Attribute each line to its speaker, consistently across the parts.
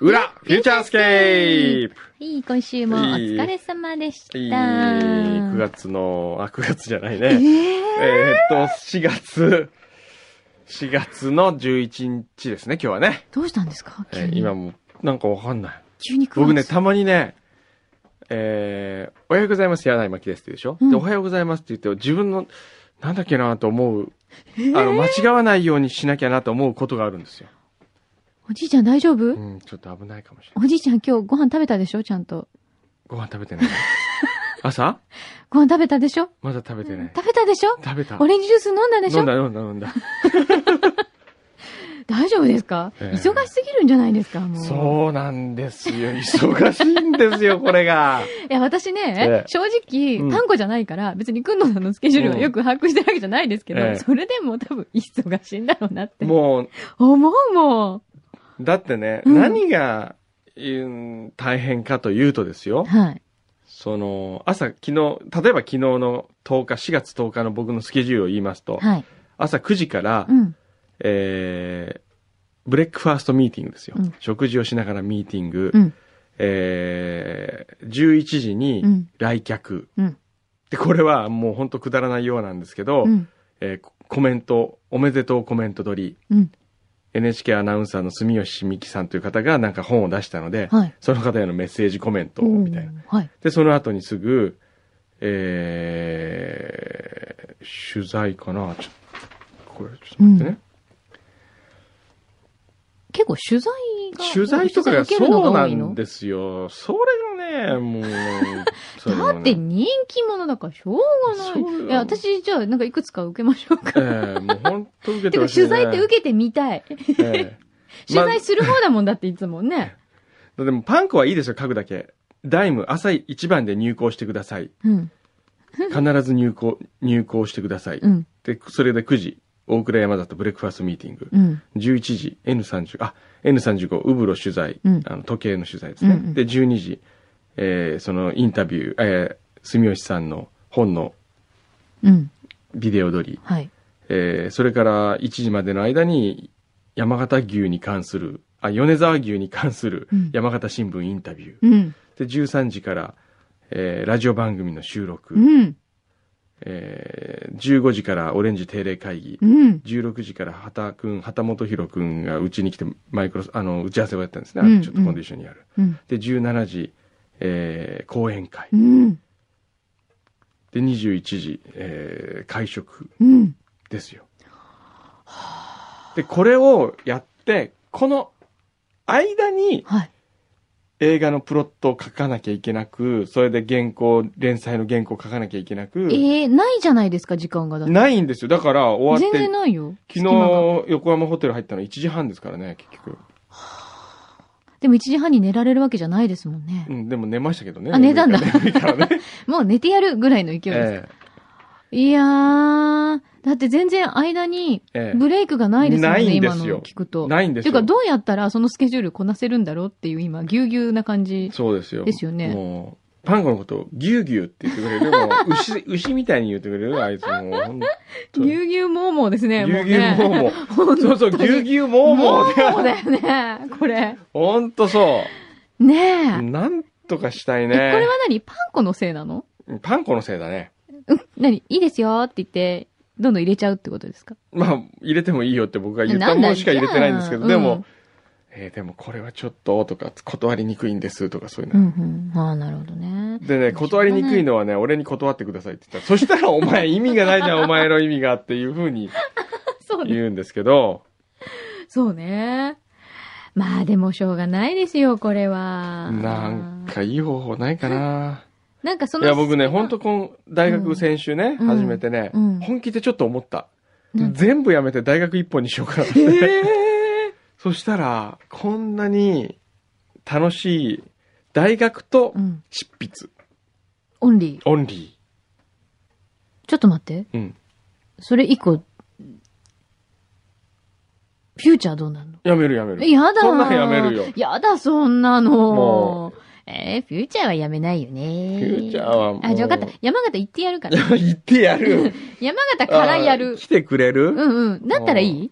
Speaker 1: 裏、フューチャースケープ
Speaker 2: いい、今週もお疲れ様でした。
Speaker 1: いい !9 月の、あ、9月じゃないね。え
Speaker 2: え
Speaker 1: ーっと、4月、4月の11日ですね、今日はね。
Speaker 2: ー、どうしたんですか
Speaker 1: え
Speaker 2: 急
Speaker 1: ー
Speaker 2: に。
Speaker 1: 今も、なんかわかんない。
Speaker 2: 急に9
Speaker 1: 僕ね、
Speaker 2: 月
Speaker 1: たまにね、えー、おはようございます、柳井真紀ですって言うでしょ、
Speaker 2: うん
Speaker 1: で、おはようございますって言って、自分の、なんだっけなと思う、あの、間違わないようにしなきゃなと思うことがあるんですよ。
Speaker 2: おじいちゃん大丈夫、
Speaker 1: うん、ちょっと危ないかもしれない。
Speaker 2: おじいちゃん今日ご飯食べたでしょちゃんと。
Speaker 1: ご飯食べてない朝
Speaker 2: ご飯食べたでしょ
Speaker 1: まだ食べてない。
Speaker 2: 食べたでしょ
Speaker 1: 食べた。
Speaker 2: オレンジジュース飲んだでし
Speaker 1: 飲ん
Speaker 2: ょ
Speaker 1: だ飲んだ飲んだ。
Speaker 2: 大丈夫ですか、
Speaker 1: ええ
Speaker 2: 忙しすぎるんじゃないですかもう。
Speaker 1: そうなんですよ。忙しいんです よ、これが。
Speaker 2: いや、私
Speaker 1: ええ
Speaker 2: ね、正直、
Speaker 1: うん
Speaker 2: 単語じゃないから、別にくんのさんのスケジュールは
Speaker 1: うん
Speaker 2: よく把握してるわけじゃないですけど、
Speaker 1: ええ
Speaker 2: それでも多分忙しいんだろうなって。
Speaker 1: もう、
Speaker 2: 思うも
Speaker 1: だってね、
Speaker 2: うん
Speaker 1: 何が、うん大変かというとですよ
Speaker 2: ん。。はい。
Speaker 1: その、朝、昨日、例えば昨日の10日、4月10日の僕のスケジュールを言いますと、
Speaker 2: はい。
Speaker 1: 朝9時から、
Speaker 2: うん。
Speaker 1: えー、ブレックファーストミーティングですよ。
Speaker 2: うん
Speaker 1: 食事をしながらミーティング、
Speaker 2: うん。
Speaker 1: えー、11時に
Speaker 2: うん
Speaker 1: 来客。
Speaker 2: うん
Speaker 1: で、これはもう本当くだらないようなんですけど、
Speaker 2: うん。
Speaker 1: えーココメント、おめでとうコメント取り、
Speaker 2: うん。
Speaker 1: NHK アナウンサーの住吉美希さんという方がなんか本を出したので、
Speaker 2: はい。
Speaker 1: その方へのメッセージコメントみたいな。
Speaker 2: おー。はい。
Speaker 1: で、その後にすぐ、えー、取材かなちょこれ、ちょっと待ってね。
Speaker 2: 結構取材が。
Speaker 1: 取材とかが
Speaker 2: 取材受けるの
Speaker 1: そう
Speaker 2: が
Speaker 1: な
Speaker 2: 多いの
Speaker 1: んですよ。それもね、 もう、それもね
Speaker 2: だって人気者だからしょうが
Speaker 1: そう
Speaker 2: な
Speaker 1: よ
Speaker 2: い。いや、私、じゃあ、なんかいくつか受けましょうか。
Speaker 1: えー、もう本当受け
Speaker 2: て
Speaker 1: て
Speaker 2: か、
Speaker 1: ほしい、ね。
Speaker 2: 取材って受けてみたい。取
Speaker 1: け、ええま
Speaker 2: 材する方だもんだっていつもね。
Speaker 1: あでもパン粉はいいですよ、家具だけ。ダイム、朝一番で入稿してください。
Speaker 2: うん。
Speaker 1: 必ず入稿、入稿してください。
Speaker 2: うん。
Speaker 1: で、それで9時、大倉山里ブレックファーストミーティング。
Speaker 2: うん。
Speaker 1: 11時、N30、あ、N35、ウブロ取材、
Speaker 2: うん
Speaker 1: あの時計の取材ですね。
Speaker 2: うんうん
Speaker 1: で、12時、えーそのインタビュー、えー住吉さんの本の
Speaker 2: うん。
Speaker 1: ビデオ撮り、
Speaker 2: はい。
Speaker 1: えーそれから1時までの間に、山形牛に関する、あ、米沢牛に関する
Speaker 2: うん
Speaker 1: 山形新聞インタビュー。
Speaker 2: うん。
Speaker 1: で、13時から、えーラジオ番組の収録、
Speaker 2: うん。
Speaker 1: えー15時からオレンジ定例会議、
Speaker 2: うん。
Speaker 1: 16時から畑くん、畑本博くんがうちに来てマイクロス、あの、打ち合わせをやったんですね。あ
Speaker 2: うん
Speaker 1: ちょっと今度一緒にやる。
Speaker 2: うん。
Speaker 1: で、17時、えー講演会
Speaker 2: う。ん。
Speaker 1: で、21時、えー会食
Speaker 2: うん。
Speaker 1: ですよ。で、これをやって、この間に
Speaker 2: はい。
Speaker 1: 映画のプロットを書かなきゃいけなく、それで原稿、連載の原稿を書かなきゃいけなく、
Speaker 2: えー、ないじゃないですか、時間がだって。
Speaker 1: ないんですよ。だから終わ
Speaker 2: 全
Speaker 1: って、
Speaker 2: 然ないよ。
Speaker 1: 昨
Speaker 2: 隙間が。
Speaker 1: 日横浜ホテル入ったの1時半ですからね、結局。
Speaker 2: でも1時半に寝られるわけじゃないですもんね
Speaker 1: う。ん、でも寝ましたけどね。
Speaker 2: あ寝たんだ
Speaker 1: 眠いからね。
Speaker 2: もう寝てやるぐらいの勢い
Speaker 1: え
Speaker 2: です。いやー、だって全然間に
Speaker 1: ええ
Speaker 2: ブレイクがないですもん
Speaker 1: な
Speaker 2: ね、
Speaker 1: いんで
Speaker 2: 今
Speaker 1: すよ
Speaker 2: の聞く
Speaker 1: え
Speaker 2: と。
Speaker 1: ないんで
Speaker 2: て
Speaker 1: す
Speaker 2: いう
Speaker 1: よ。
Speaker 2: か、どうやったらそのスケジュールこなせるんだろうっていう今、ぎゅうぎゅうな感じ。
Speaker 1: そうですよ。
Speaker 2: ですよね
Speaker 1: もう、パンコのことをギューギューって言ってくれる。もう牛、 牛みたいに言ってくれる。あいつもう、ほんと
Speaker 2: ぎゅうぎゅうもうもうですね、
Speaker 1: ぎゅ
Speaker 2: もう
Speaker 1: うぎゅう
Speaker 2: ね。
Speaker 1: もうもう。
Speaker 2: 本当
Speaker 1: そうそう、ぎゅうぎゅうもうもう。
Speaker 2: もうだよね、これ。
Speaker 1: ほんとそ
Speaker 2: ねえ。
Speaker 1: う。なんとかしたい
Speaker 2: え
Speaker 1: ね。
Speaker 2: これは何パン粉のせいなの
Speaker 1: パンコのせいだね。
Speaker 2: 何いいですよって言って、どんどん入れちゃうってことですか
Speaker 1: まあ、入れてもいいよって僕が言った
Speaker 2: なんだ
Speaker 1: もんしか入れてないんですけ
Speaker 2: じ
Speaker 1: ど、
Speaker 2: ゃあ
Speaker 1: で
Speaker 2: うん
Speaker 1: も、えーでもこれはちょっと、とか、断りにくいんです、とかそういう
Speaker 2: う
Speaker 1: の。
Speaker 2: んうん。ああ、なるほ どね。
Speaker 1: でね、断りにくいのはね、俺に断ってくださいって言ったら、そしたらお前意味がないじゃ ん、お前の意味がっていうふうに
Speaker 2: そうね。
Speaker 1: 言うんですけど、
Speaker 2: そうね。まあでもしょうがないですよ、これは。
Speaker 1: なんかいい方法ないかな。
Speaker 2: なんかそ
Speaker 1: い
Speaker 2: の、
Speaker 1: や、僕ね、
Speaker 2: 隙間
Speaker 1: 本当こん大
Speaker 2: う
Speaker 1: 学
Speaker 2: ん
Speaker 1: 先週ね、
Speaker 2: うん
Speaker 1: 始めてね、
Speaker 2: うん
Speaker 1: 本気でちょっと思った。
Speaker 2: なんか
Speaker 1: 全部やめて大学一本にしようかな。
Speaker 2: えー
Speaker 1: そしたら、こんなに楽しい、大学と
Speaker 2: うん。
Speaker 1: 執筆、
Speaker 2: オンリー。
Speaker 1: オンリ
Speaker 2: ちょっと待って。
Speaker 1: ー。うん。
Speaker 2: それ一個、フューチャーどうなるの
Speaker 1: やめるやめる。
Speaker 2: やだー
Speaker 1: そんなんやめるよ。
Speaker 2: やだ、そんな
Speaker 1: も
Speaker 2: の。えー、フューチャーはやめないよね。
Speaker 1: フューチャーはもう
Speaker 2: あ、じゃあ分かった。山形行ってや るから。
Speaker 1: 言ってや る。
Speaker 2: 山形からや
Speaker 1: あー
Speaker 2: る。
Speaker 1: 来てくれ
Speaker 2: う
Speaker 1: る
Speaker 2: んうん。だったらいい
Speaker 1: い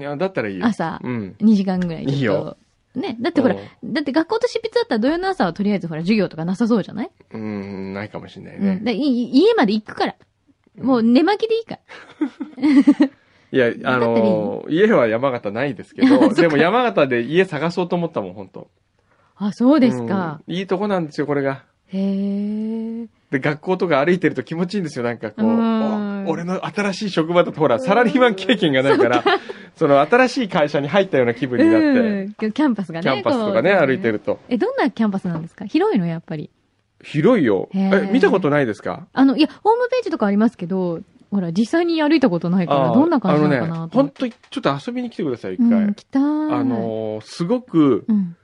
Speaker 1: や、だったらいいよ。
Speaker 2: 朝、
Speaker 1: うん。
Speaker 2: 2時間ぐらい。
Speaker 1: いいよ。
Speaker 2: ね。だってほら
Speaker 1: おう、
Speaker 2: だって学校と執筆だったら土曜の朝はとりあえずほら、授業とかなさそうじゃない、
Speaker 1: うん、ないかもしれない
Speaker 2: うん
Speaker 1: ね。
Speaker 2: でい家まで行くから。もう寝巻きでいいから。
Speaker 1: いや、あのー家は山形ないですけ
Speaker 2: そっ
Speaker 1: ど、
Speaker 2: か
Speaker 1: でも山形で家探そうと思ったもん、本当
Speaker 2: あ、そうですか。
Speaker 1: うんいいとこなんですよ、これが。
Speaker 2: へえ。
Speaker 1: で、学校とか歩いてると気持ちいいんですよ、なんかこう。
Speaker 2: うん
Speaker 1: お俺の新しい職場だと、ほら、サラリーマン経験がないから、その新しい会社に入ったような気分になって、
Speaker 2: うん。キャンパスがね。
Speaker 1: キャンパスとかね、
Speaker 2: こう
Speaker 1: 歩いてると。
Speaker 2: え、どんなキャンパスなんですか広いのやっぱり。
Speaker 1: 広いよ。
Speaker 2: へー
Speaker 1: え、見たことないですか
Speaker 2: あの、いや、ホームページとかありますけど、ほら、実際に歩いたことないから、
Speaker 1: ー
Speaker 2: どんな感じなのか
Speaker 1: あの
Speaker 2: な
Speaker 1: ね、
Speaker 2: と思
Speaker 1: 本
Speaker 2: って。
Speaker 1: 当にちょっと遊びに来てください、一回。
Speaker 2: うん、来たい
Speaker 1: あ、のーすごく、
Speaker 2: うん。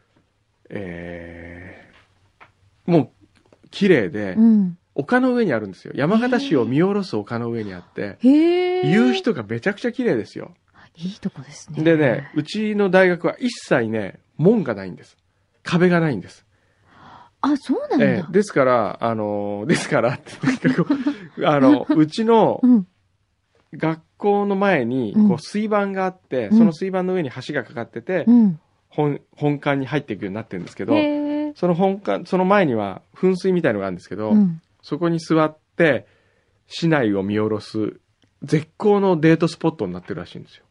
Speaker 1: えー、もう、綺麗で、
Speaker 2: うん。
Speaker 1: 丘の上にあるんですよ。山形市を見下ろす丘の上にあって、
Speaker 2: へえ。
Speaker 1: 夕日とかめちゃくちゃ綺麗ですよ。
Speaker 2: いいとこですね。
Speaker 1: でね、うちの大学は一切ね、門がないんです。壁がないんです。
Speaker 2: あ、そうなんだ。
Speaker 1: ええ、ですから、あのー、 ですからって、なんかこう、あの、うちの
Speaker 2: うん。
Speaker 1: 学校の前に、
Speaker 2: うん
Speaker 1: こう、水盤があって、
Speaker 2: うん
Speaker 1: その水盤の上に橋がかかってて、
Speaker 2: うん。
Speaker 1: 本、本館に入っていくようになってるんですけど、
Speaker 2: へえ。
Speaker 1: その本館、その前には噴水みたいのがあるんですけど、
Speaker 2: うん。
Speaker 1: そこに座って、市内を見下ろす、絶好のデートスポットになってるらしいんですよ。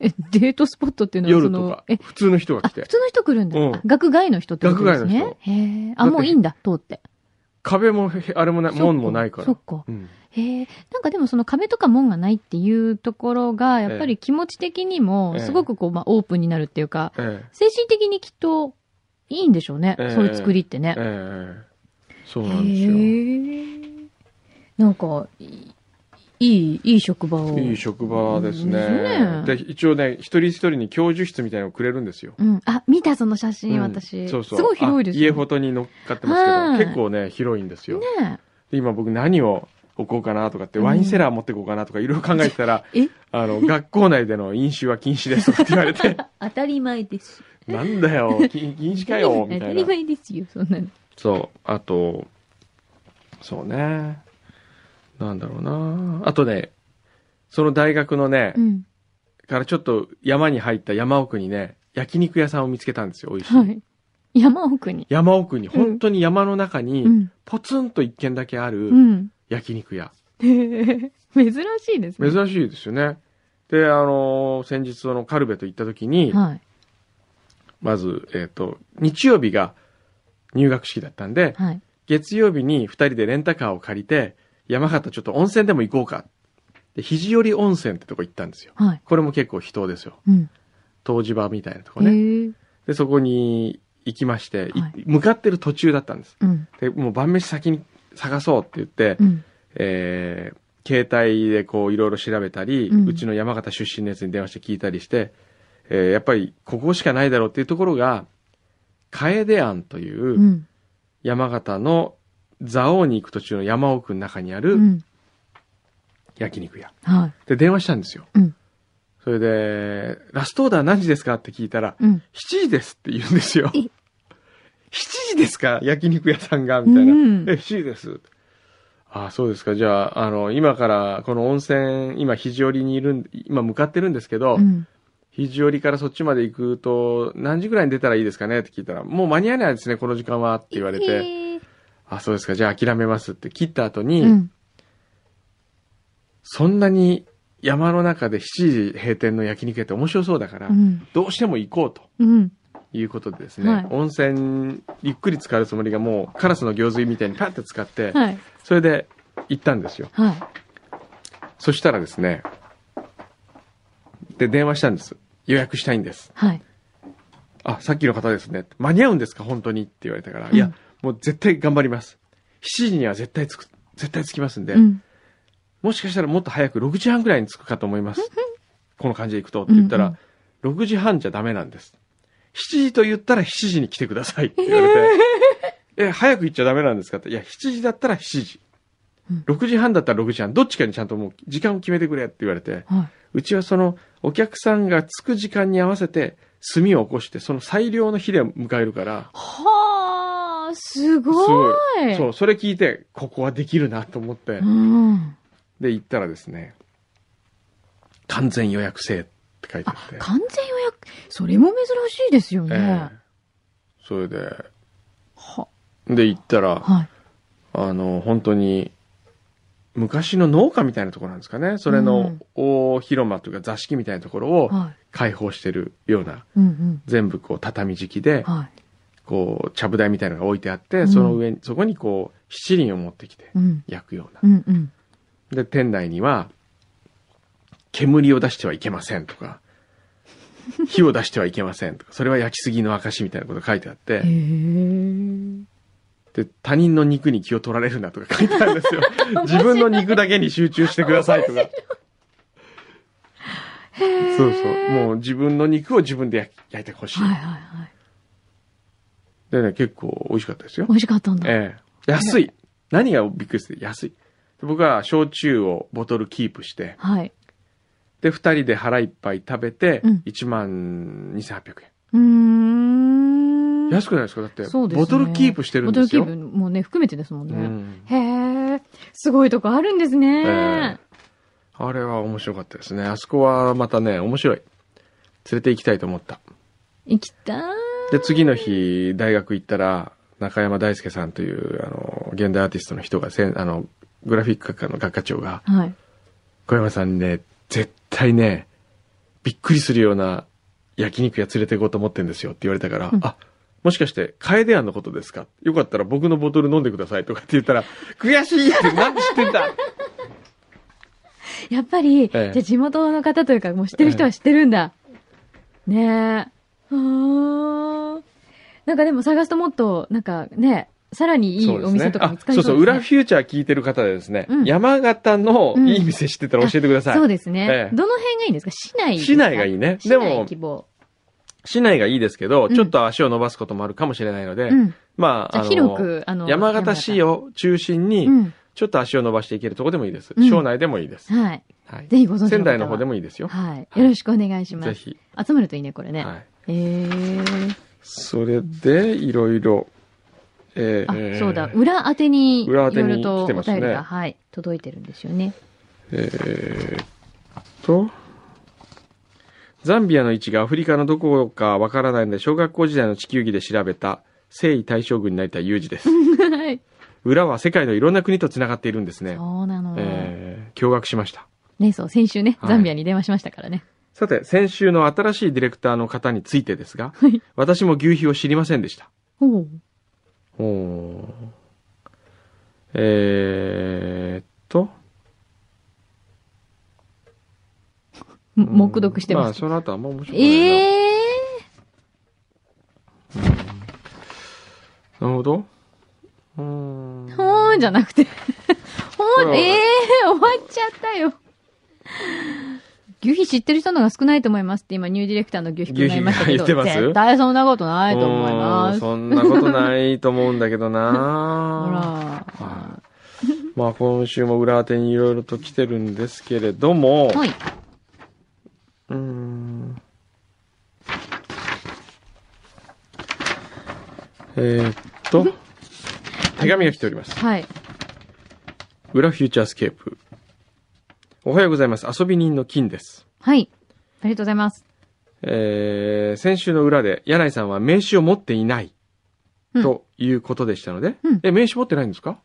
Speaker 2: え、デートスポットっていうのはそ
Speaker 1: 夜
Speaker 2: の、
Speaker 1: とか
Speaker 2: え、、
Speaker 1: 普通の人が
Speaker 2: あ、
Speaker 1: 来て
Speaker 2: 普。通の人来るんだ。
Speaker 1: うん
Speaker 2: あ学外の人ってことですね。
Speaker 1: 学外の
Speaker 2: へえ。あ、
Speaker 1: だって
Speaker 2: もういいんだ、通って。
Speaker 1: 壁もへ、あれもない、
Speaker 2: そっか
Speaker 1: 門もないから。
Speaker 2: そっか。
Speaker 1: うん
Speaker 2: へえ。なんかでもその壁とか門がないっていうところが、やっぱり気持ち的にも、
Speaker 1: ええ
Speaker 2: すごくこう、まあ、オープンになるっていうか、
Speaker 1: ええ
Speaker 2: 精神的にきっと、いいんでしょうね。
Speaker 1: ええ
Speaker 2: そういう作りってね。
Speaker 1: ええそう
Speaker 2: へ
Speaker 1: なんです
Speaker 2: え。なんか、いいいい、いい職場を。
Speaker 1: よ。いい職場です
Speaker 2: う
Speaker 1: ね。
Speaker 2: ん
Speaker 1: で、一応ね、一人一人に教授室みたいなのをくれるんですよ。
Speaker 2: うん。あ、見た、その写真、
Speaker 1: うん
Speaker 2: 私。
Speaker 1: そうそう。
Speaker 2: すごい広いです
Speaker 1: あ家
Speaker 2: よ
Speaker 1: フォ
Speaker 2: ね。
Speaker 1: トに乗っかってます
Speaker 2: はい
Speaker 1: けど、結構ね、広いんですよ。
Speaker 2: ね
Speaker 1: で今僕何を置こうかなとかって、
Speaker 2: うん
Speaker 1: ワインセラー持ってこうかなとかいろいろ考えてたら
Speaker 2: え、
Speaker 1: あの、学校内での飲酒は禁止ですとかって言われ て、
Speaker 2: 当たり前です。
Speaker 1: なんだ よ、禁禁止かよ、みたい
Speaker 2: 当たり
Speaker 1: な。
Speaker 2: 前ですよ、そんなの。
Speaker 1: そう。あと、そうね。なんだろうな。あとね、その大学のね、
Speaker 2: うん。
Speaker 1: からちょっと山に入った山奥にね、焼肉屋さんを見つけたんですよ、美味しい。
Speaker 2: はい。山奥に。
Speaker 1: 山奥に、本当に山の中
Speaker 2: う
Speaker 1: に、
Speaker 2: ん。
Speaker 1: ポツンと一軒だけある
Speaker 2: うん。
Speaker 1: 焼肉屋。
Speaker 2: へえ珍しいですね。
Speaker 1: 珍しいですよね。で、あのー先日そのカルベと行った時に、
Speaker 2: はい。
Speaker 1: まず、えっ、と、日曜日が入学式だったんで、
Speaker 2: はい。
Speaker 1: 月曜日に二人でレンタカーを借りて、山形ちょっと温泉でも行こうか。で、肘折温泉ってとこ行ったんですよ。
Speaker 2: はい。
Speaker 1: これも結構人ですよ。
Speaker 2: うん。
Speaker 1: 湯治場みたいなとこ
Speaker 2: へ
Speaker 1: ね。
Speaker 2: え
Speaker 1: で、そこに行きまして、い
Speaker 2: はい
Speaker 1: 向かってる途中だったんです。
Speaker 2: うん。
Speaker 1: で、もう晩飯先に探そうって言って、
Speaker 2: うん。
Speaker 1: えー携帯でこういろいろ調べたり、
Speaker 2: う
Speaker 1: うんちの山形出身のやつに電話して聞いたりして、えーやっぱりここしかないだろうっていうところが、楓庵と
Speaker 2: う。
Speaker 1: いうん山形の蔵王に行く途中の山奥の中にあ
Speaker 2: う
Speaker 1: る
Speaker 2: ん。
Speaker 1: 焼肉屋。
Speaker 2: は
Speaker 1: で、電話したんですよ。
Speaker 2: うん
Speaker 1: それで、ラストオーダー何時ですかって聞いたら、
Speaker 2: い。うん。
Speaker 1: 7時ですって言うんですよ。
Speaker 2: え
Speaker 1: 7時ですか焼肉屋さんが
Speaker 2: う
Speaker 1: みたいな。
Speaker 2: ん
Speaker 1: え、。7時です。ああ、そうですか。じゃあ、あの、今から、この温泉、今、肘折にいるん、今向かってるんですけど、
Speaker 2: うん。
Speaker 1: 肘折からそっちまで行くと、何時ぐらいに出たらいいですかねって聞いたら、もう間に合わないですね、この時間はって言われて、
Speaker 2: へえ
Speaker 1: あ、そうですか。じゃあ諦めますって切った後に、
Speaker 2: うん。
Speaker 1: そんなに山の中で7時閉店の焼肉屋って面白そうだから、
Speaker 2: うん。
Speaker 1: どうしても行こうと。
Speaker 2: うん。
Speaker 1: いうことでですね、
Speaker 2: はい
Speaker 1: 温泉ゆっくり浸かるつもりがもうカラスの行水みたいにパッて使って、
Speaker 2: はい。
Speaker 1: それで行ったんですよ。
Speaker 2: はい。
Speaker 1: そしたらですね、で、電話したんです。予約したいんです。
Speaker 2: はい。
Speaker 1: あ、さっきの方ですね。間に合うんですか本当にって言われたから、
Speaker 2: うん
Speaker 1: いや、もう絶対頑張ります。7時には絶対つく、絶対着きますんで、
Speaker 2: うん。
Speaker 1: もしかしたらもっと早く6時半ぐらいに着くかと思います。この感じで行くとって言ったら、6時半じゃダメなんです。7時と言ったら7時に来てくださいって言われて、 え、早く行っちゃダメなんですかって、いや、7時だったら7時
Speaker 2: うん。
Speaker 1: 6時半だったら6時半、どっちかにちゃんともう時間を決めてくれって言われて、
Speaker 2: は
Speaker 1: うちはそのお客さんが着く時間に合わせて炭を起こしてその最良の火で迎えるから、
Speaker 2: はあ、すごい。い
Speaker 1: そう、それ聞いて、ここはできるなと思って、
Speaker 2: うん。
Speaker 1: で、行ったらですね、完全予約制って書いてあ
Speaker 2: あ
Speaker 1: っ、て。
Speaker 2: 完全予約。それも珍しいですよ
Speaker 1: え
Speaker 2: ね。
Speaker 1: えそれで、
Speaker 2: は、
Speaker 1: で行ったら、
Speaker 2: はい。
Speaker 1: あの、本当に、昔の農家みたいなところなんですかね。それ
Speaker 2: う
Speaker 1: の
Speaker 2: ん
Speaker 1: 大広間というか座敷みたいなところを
Speaker 2: は
Speaker 1: 開放してるような、
Speaker 2: い。うんうん。
Speaker 1: 全部こう畳敷きで、
Speaker 2: はい。
Speaker 1: こう、ちゃぶ台みたいなのが置いてあって、
Speaker 2: ん
Speaker 1: その上に、そこにこう、七輪を持ってきて
Speaker 2: うん。
Speaker 1: 焼くような。
Speaker 2: うんうん。
Speaker 1: で、店内には、煙を出してはいけませんとか、火を出してはいけませんとか、それは焼きすぎの証みたいなことが書いてあっ
Speaker 2: へ
Speaker 1: て、
Speaker 2: え。
Speaker 1: で、他人の肉に気を取られるなとか 書いてあるんですよ。自分の肉だけに集中してくださ いとか。そうそう。もう自分の肉を自分で焼き焼いてほしい。
Speaker 2: はいはいはい。
Speaker 1: でね、結構美味しかったですよ
Speaker 2: 美。味しかったんだ。
Speaker 1: ええ。安い。何がびっくりして、安い。で僕は焼酎をボトルキープして、
Speaker 2: はい。
Speaker 1: で、二人で腹いっぱい食べて
Speaker 2: うん、
Speaker 1: 1万2800
Speaker 2: うーん。
Speaker 1: 円。安くないですかだって、
Speaker 2: そうですね
Speaker 1: ボトルキープしてるんですよ。
Speaker 2: ボトルキープもね、含めてですもんね。
Speaker 1: うん
Speaker 2: へえ、すごいとこあるんですね。
Speaker 1: ええあれは面白かったですね。あそこはまたね、面白い。連れて行きたいと思った。
Speaker 2: 行きたい。
Speaker 1: で、次の日、大学行ったら、中山大輔さんという、あの、現代アーティストの人が、せんあの、グラフィック学科の学科長が、
Speaker 2: はい。
Speaker 1: 小山さんね、絶対ね、びっくりするような焼肉屋連れて行こうと思ってんですよって言われたから、
Speaker 2: うん
Speaker 1: あ、もしかして、楓庵のことですかよかったら僕のボトル飲んでくださいとかって言ったら、悔しいってなんで知ってんだ
Speaker 2: やっぱり、
Speaker 1: ええ
Speaker 2: じゃあ地元の方というか、もう知ってる人は知ってるんだ。ねえ。はーなんかでも探すともっと、なんかね、さらにいい
Speaker 1: そうで
Speaker 2: お
Speaker 1: すね
Speaker 2: 店とか見つかり
Speaker 1: あそう
Speaker 2: そ
Speaker 1: そうう、
Speaker 2: です
Speaker 1: 裏
Speaker 2: ね。
Speaker 1: フューチャー聞いてる方でですね、
Speaker 2: うん
Speaker 1: 山形のいい店知ってたら教えてください。
Speaker 2: そうですね、
Speaker 1: ええ
Speaker 2: どの辺がいいんですか市内ですか
Speaker 1: 市内がいいね
Speaker 2: 市
Speaker 1: でも
Speaker 2: 内希望。
Speaker 1: 市内がいいですけど、
Speaker 2: うん
Speaker 1: ちょっと足を伸ばすこともあるかもしれないので、
Speaker 2: うん。
Speaker 1: まあ、
Speaker 2: じ
Speaker 1: あ
Speaker 2: ゃあ
Speaker 1: の、
Speaker 2: 広く、あの、
Speaker 1: 山形市
Speaker 2: を。
Speaker 1: を中心に
Speaker 2: う、ん。
Speaker 1: ちょっと足を伸ばしていけるところでもいいです。
Speaker 2: うん
Speaker 1: 省内でもいいです。
Speaker 2: はい。
Speaker 1: はい。
Speaker 2: ぜひご存知の方は
Speaker 1: 仙台の方でもいいですよ。
Speaker 2: はい。よろしくお願いしま
Speaker 1: ぜ
Speaker 2: す。
Speaker 1: ひ。
Speaker 2: 集まるといいね、これね。
Speaker 1: はい。
Speaker 2: えー。
Speaker 1: それで、いろいろ、え
Speaker 2: あ、
Speaker 1: ー
Speaker 2: そうだ。裏宛てに、い
Speaker 1: 裏
Speaker 2: ろ
Speaker 1: 宛て
Speaker 2: い
Speaker 1: に
Speaker 2: ろと
Speaker 1: 来
Speaker 2: お
Speaker 1: てますね
Speaker 2: 便りが、はい、届いてるんですよね。
Speaker 1: えーっと、ザンビアの位置がアフリカのどこかわからないので、小学校時代の地球儀で調べた、征夷大将軍になりたい有事です。
Speaker 2: はい。
Speaker 1: 裏は世界のいろんな国と繋がっているんですね。
Speaker 2: そうなの。
Speaker 1: えー、驚愕しました。
Speaker 2: ね、そう、先週ね、
Speaker 1: はい
Speaker 2: ザンビアに電話しましたからね。
Speaker 1: さて、先週の新しいディレクターの方についてですが、
Speaker 2: はい
Speaker 1: 私も牛皮を知りませんでした。
Speaker 2: ほう。
Speaker 1: おーえーっと、
Speaker 2: も黙読して
Speaker 1: ま
Speaker 2: ま
Speaker 1: あ、
Speaker 2: す。
Speaker 1: その後あんま面白くないな。
Speaker 2: ええ
Speaker 1: なるほど。うーん。
Speaker 2: ー、ほーんじゃなくて。 ほ
Speaker 1: これ
Speaker 2: ーん、
Speaker 1: は
Speaker 2: ええー、終わっちゃったよ。牛皮知ってる人の方が少ないと思いますって今、ニューディレクターの牛皮君が言いましたけど、
Speaker 1: 牛皮が言ってます
Speaker 2: 絶対そんなことないと思いう
Speaker 1: ー
Speaker 2: ま
Speaker 1: ん
Speaker 2: す。
Speaker 1: そんなことないと思うんだけど
Speaker 2: ほ
Speaker 1: な
Speaker 2: ら。
Speaker 1: まあ、今週も裏当てにいろいろと来てるんですけれども、
Speaker 2: はい。
Speaker 1: うーん。えーっと、手紙が来ております。
Speaker 2: はい。
Speaker 1: 裏フューチャースケープ。おはようございます。遊び人の金です。
Speaker 2: はい。ありがとうございます。
Speaker 1: えー、先週の裏で、柳井さんは名刺を持っていない、
Speaker 2: うん
Speaker 1: ということでしたので、
Speaker 2: うん
Speaker 1: え、名刺持ってないんですか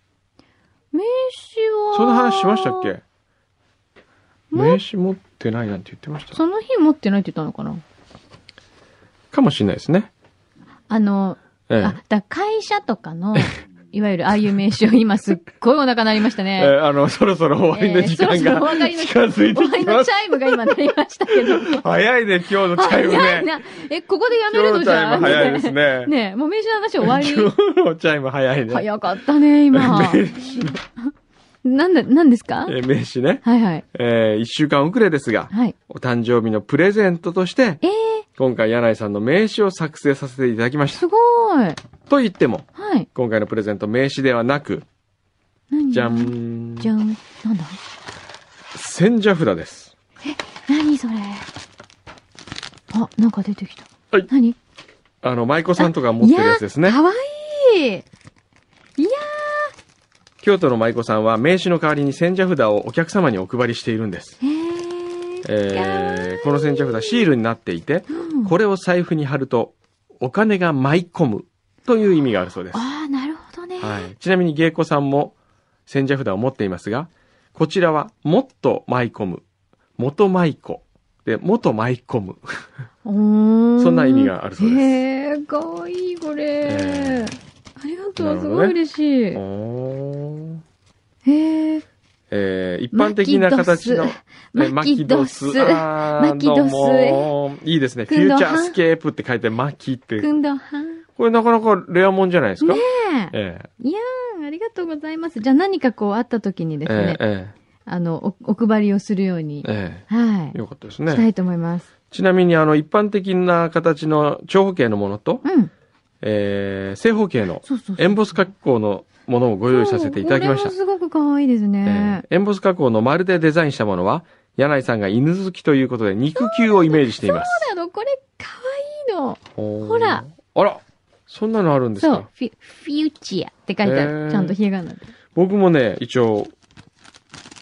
Speaker 2: 名刺は。
Speaker 1: そんな話しましたっけ
Speaker 2: も
Speaker 1: 名刺持ってないなんて言ってました
Speaker 2: その日持ってないって言ったのかな
Speaker 1: かもしれないですね。
Speaker 2: あの、
Speaker 1: ええ
Speaker 2: あ、だ会社とかの、 いわゆるああいう名刺を今すっごいお腹鳴りました
Speaker 1: え
Speaker 2: ね。
Speaker 1: ーあの、そろそろ終わりの時間
Speaker 2: えーそろそろお
Speaker 1: が、
Speaker 2: 別れの
Speaker 1: 近づい
Speaker 2: お
Speaker 1: て
Speaker 2: 前
Speaker 1: き
Speaker 2: の
Speaker 1: ま
Speaker 2: チ
Speaker 1: す。
Speaker 2: ャイムが今鳴りまし たけど。
Speaker 1: 早いね、今日のチャイム
Speaker 2: 早い
Speaker 1: ね。
Speaker 2: な。え、ここでやめる
Speaker 1: 今日の
Speaker 2: のじ
Speaker 1: チャ
Speaker 2: ゃ
Speaker 1: イム早いですね。
Speaker 2: ねえもう名刺の話終
Speaker 1: 今
Speaker 2: わり。
Speaker 1: 日のチャイム早いね。
Speaker 2: 早かったね、今。
Speaker 1: 名刺の、
Speaker 2: なんだ、なんですか
Speaker 1: えー名刺ね。
Speaker 2: はいはい。
Speaker 1: えー、一週間遅れですが、
Speaker 2: はい。
Speaker 1: お誕生日のプレゼントとして、
Speaker 2: えー、
Speaker 1: 今回柳井さんの名刺を作成させていただきました。
Speaker 2: すごい。
Speaker 1: と言っても、
Speaker 2: はい。
Speaker 1: 今回のプレゼント名刺ではなく、
Speaker 2: 何
Speaker 1: じゃん。
Speaker 2: じゃん。なんだ
Speaker 1: 千社札です。
Speaker 2: 何それあ、なんか出てきた。
Speaker 1: はい
Speaker 2: 何
Speaker 1: あの、舞妓さんとか持ってるやつです
Speaker 2: いや
Speaker 1: ね。
Speaker 2: かわいいいや
Speaker 1: 京都の舞妓さんは名刺の代わりに千社札をお客様にお配りしているんです。
Speaker 2: ーえーかわいい
Speaker 1: えー、この千社札シールになっていて、これを財布に貼ると、お金が舞い込むという意味があるそうです。
Speaker 2: ああ、なるほどね。
Speaker 1: はい、ちなみに芸妓さんも千社札を持っていますがこちらは「もっと舞い込む」「元舞い子」で「元舞い込む
Speaker 2: おー
Speaker 1: そんな意味があるそうです
Speaker 2: へえ、かわいい、これ、
Speaker 1: ええ
Speaker 2: ありがと
Speaker 1: な
Speaker 2: う、
Speaker 1: る
Speaker 2: す
Speaker 1: ほどね
Speaker 2: ごい嬉し」い。
Speaker 1: おー
Speaker 2: へえ、
Speaker 1: えー一般的な形のえー
Speaker 2: マキドス。
Speaker 1: マキドスあー
Speaker 2: マキドス
Speaker 1: どうもいいですね。フ
Speaker 2: くん
Speaker 1: ュ
Speaker 2: どは
Speaker 1: ーチャースケープって書いて、マキって。
Speaker 2: くんどはん。ね
Speaker 1: これなかなかレアもんじゃないですか。
Speaker 2: え
Speaker 1: ええ
Speaker 2: うんありがとうございます。じゃあ何かこうあった時にですね、
Speaker 1: ええ
Speaker 2: あのお、お配りをするように、
Speaker 1: ええ
Speaker 2: はい、
Speaker 1: よかったです
Speaker 2: した
Speaker 1: ね。
Speaker 2: いと思います。
Speaker 1: ちなみに、あの、一般的な形の長方形のものと、
Speaker 2: うん。
Speaker 1: えー正方形の
Speaker 2: そうそうそう。
Speaker 1: エンボス加工のものをご用意させていただきました
Speaker 2: そう。これもすごく可愛いですね
Speaker 1: え。ーエンボス加工の丸でデザインしたものは、柳井さんが犬好きということで肉球をイメージしています。
Speaker 2: そうなの、これ可愛いの。
Speaker 1: ほ
Speaker 2: ほら。
Speaker 1: あら、そんなのあるんです
Speaker 2: そ
Speaker 1: か
Speaker 2: う、フィフューチアって書いてある。
Speaker 1: へえ
Speaker 2: ちゃんとひらがなで。
Speaker 1: 僕もね、一応、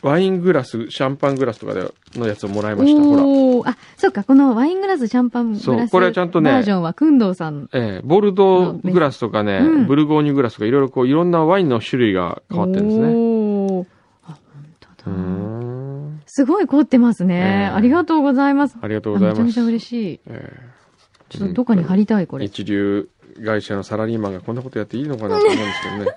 Speaker 1: ワイングラス、シャンパングラスとかでのやつをもらいました。ほら。
Speaker 2: おーあ、そっか、このワイングラス、シャンパング
Speaker 1: そ
Speaker 2: ラ
Speaker 1: う
Speaker 2: ス
Speaker 1: これはちゃんとね
Speaker 2: バージョンは、くんどうさん。
Speaker 1: ええボルドーグラスとかね、
Speaker 2: うん
Speaker 1: ブルゴーニュグラスとかいろいろこう、いろんなワインの種類が変わってるんですね。
Speaker 2: おー
Speaker 1: うー
Speaker 2: あ、本当だ。
Speaker 1: ん。
Speaker 2: すごい凝ってますね
Speaker 1: え。え
Speaker 2: ありがとうございます。
Speaker 1: ありがとうございます。
Speaker 2: あめちゃめちゃ嬉しい。
Speaker 1: ええ
Speaker 2: ちょっとどっかに貼りたい、これ。
Speaker 1: 一流会社のサラリーマンがこんなことやっていいのかなと思うんです けどね。